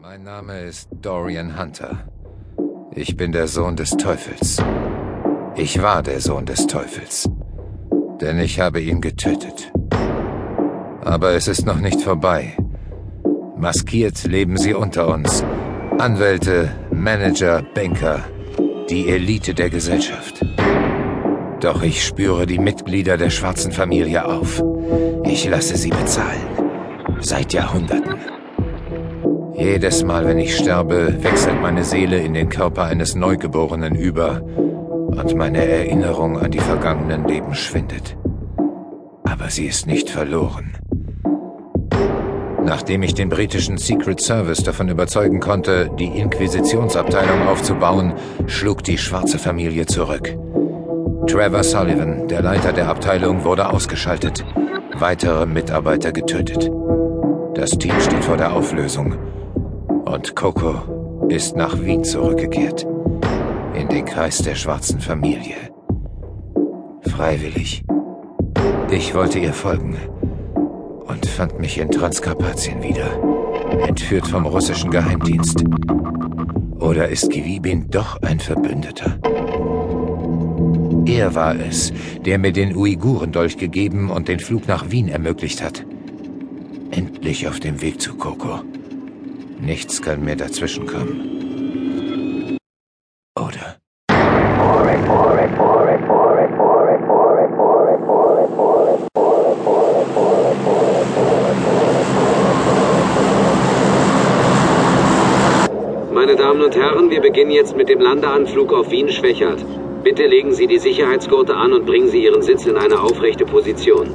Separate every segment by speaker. Speaker 1: Mein Name ist Dorian Hunter. Ich bin der Sohn des Teufels. Ich war der Sohn des Teufels. Denn ich habe ihn getötet. Aber es ist noch nicht vorbei. Maskiert leben sie unter uns. Anwälte, Manager, Banker, die Elite der Gesellschaft. Doch ich spüre die Mitglieder der schwarzen Familie auf. Ich lasse sie bezahlen. Seit Jahrhunderten. Jedes Mal, wenn ich sterbe, wechselt meine Seele in den Körper eines Neugeborenen über und meine Erinnerung an die vergangenen Leben schwindet. Aber sie ist nicht verloren. Nachdem ich den britischen Secret Service davon überzeugen konnte, die Inquisitionsabteilung aufzubauen, schlug die schwarze Familie zurück. Trevor Sullivan, der Leiter der Abteilung, wurde ausgeschaltet. Weitere Mitarbeiter getötet. Das Team steht vor der Auflösung. Und Coco ist nach Wien zurückgekehrt. In den Kreis der schwarzen Familie. Freiwillig. Ich wollte ihr folgen. Und fand mich in Transkarpatien wieder. Entführt vom russischen Geheimdienst. Oder ist Gewibin doch ein Verbündeter? Er war es, der mir den Uigurendolch gegeben und den Flug nach Wien ermöglicht hat. Endlich auf dem Weg zu Coco. Nichts kann mir dazwischenkommen. Oder?
Speaker 2: Meine Damen und Herren, wir beginnen jetzt mit dem Landeanflug auf Wien Schwächert. Bitte legen Sie die Sicherheitsgurte an und bringen Sie Ihren Sitz in eine aufrechte Position.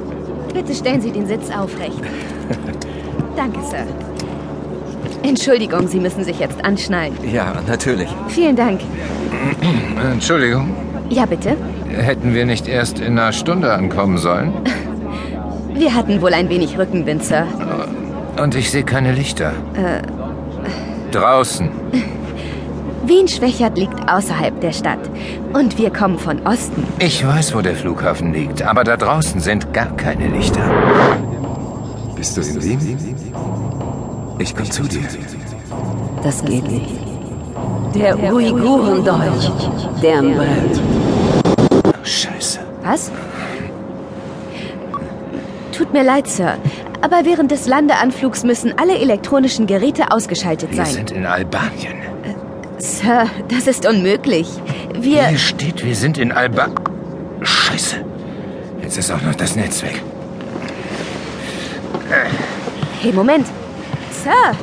Speaker 3: Bitte stellen Sie den Sitz aufrecht. Danke, Sir. Entschuldigung, Sie müssen sich jetzt anschnallen.
Speaker 4: Ja, natürlich.
Speaker 3: Vielen Dank.
Speaker 1: Entschuldigung,
Speaker 3: Ja, bitte.
Speaker 1: hätten wir nicht erst in einer Stunde ankommen sollen?
Speaker 3: Wir hatten wohl ein wenig Rückenwind, Sir.
Speaker 1: Und ich sehe keine Lichter. Draußen.
Speaker 3: Wien-Schwächert liegt außerhalb der Stadt. Und wir kommen von Osten.
Speaker 1: Ich weiß, wo der Flughafen liegt, aber da draußen sind gar keine Lichter.
Speaker 4: Bist du in Wien? Ich komme zu dir.
Speaker 5: Das geht nicht. Der Uigurendolch. Der Mörder.
Speaker 1: Scheiße.
Speaker 3: Was? Tut mir leid, Sir. Aber während des Landeanflugs müssen alle elektronischen Geräte ausgeschaltet
Speaker 1: Wir
Speaker 3: sein.
Speaker 1: sind in Albanien.
Speaker 3: Sir, das ist unmöglich. Wir.
Speaker 1: Hier steht, wir sind in Alba. Scheiße. Jetzt ist auch noch das Netz weg.
Speaker 3: Hey, Moment. Sir,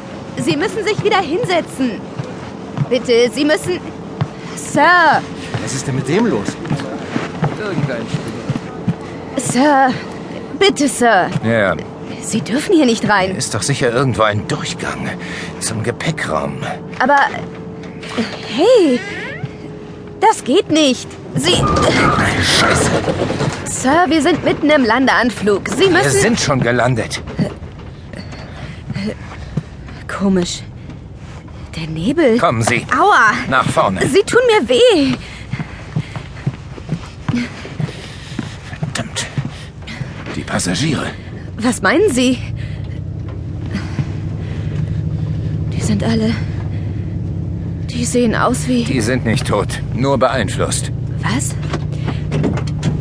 Speaker 3: Sie müssen sich wieder hinsetzen. Bitte, Sie müssen. Sir,
Speaker 4: Was ist denn mit dem los?
Speaker 3: Sir, bitte, Sir.
Speaker 1: Ja,
Speaker 3: Sie dürfen hier nicht rein.
Speaker 1: ist doch sicher irgendwo ein Durchgang zum Gepäckraum.
Speaker 3: Aber. Hey! Das geht nicht! Sie.
Speaker 1: Scheiße.
Speaker 3: Sir, wir sind mitten im Landeanflug. Sie
Speaker 1: Wir
Speaker 3: müssen.
Speaker 1: sind schon gelandet.
Speaker 3: Komisch. Der Nebel.
Speaker 1: Kommen Sie.
Speaker 3: Aua!
Speaker 1: Nach vorne.
Speaker 3: Sie tun mir weh!
Speaker 1: Verdammt. Die Passagiere.
Speaker 3: Was meinen Sie? Die sind alle. Die sehen aus wie.
Speaker 1: Die sind nicht tot, nur beeinflusst.
Speaker 3: Was?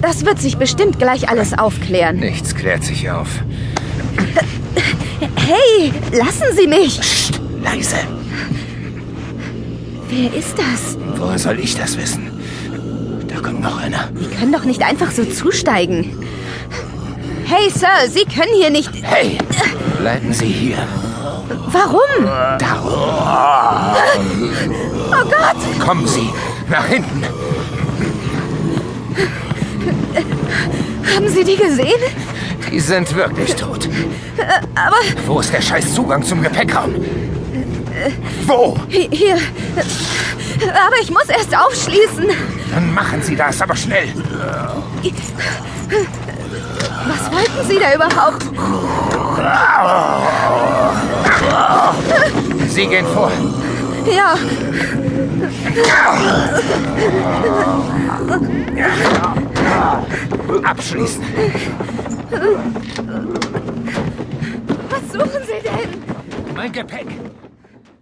Speaker 3: Das wird sich bestimmt gleich alles aufklären.
Speaker 1: Nichts klärt sich auf.
Speaker 3: Hey, lassen Sie mich!
Speaker 1: Psst, leise.
Speaker 3: Wer ist das?
Speaker 1: Woher soll ich das wissen? Da kommt noch einer.
Speaker 3: Die können doch nicht einfach so zusteigen. Hey, Sir, Sie können hier nicht.
Speaker 1: Hey, bleiben Sie hier. Äh.
Speaker 3: Warum?
Speaker 1: Darum.
Speaker 3: Oh Gott!
Speaker 1: Kommen Sie nach hinten.
Speaker 3: Haben Sie die gesehen?
Speaker 1: Die sind wirklich tot.
Speaker 3: Aber
Speaker 1: Wo ist der scheiß Zugang zum Gepäckraum? Wo?
Speaker 3: hi- hier. Aber ich muss erst aufschließen.
Speaker 1: Dann machen Sie das, aber schnell.
Speaker 3: Was wollten Sie da überhaupt?
Speaker 1: Sie gehen vor.
Speaker 3: Ja,
Speaker 1: Abschließen.
Speaker 3: was suchen Sie denn?
Speaker 1: Mein Gepäck.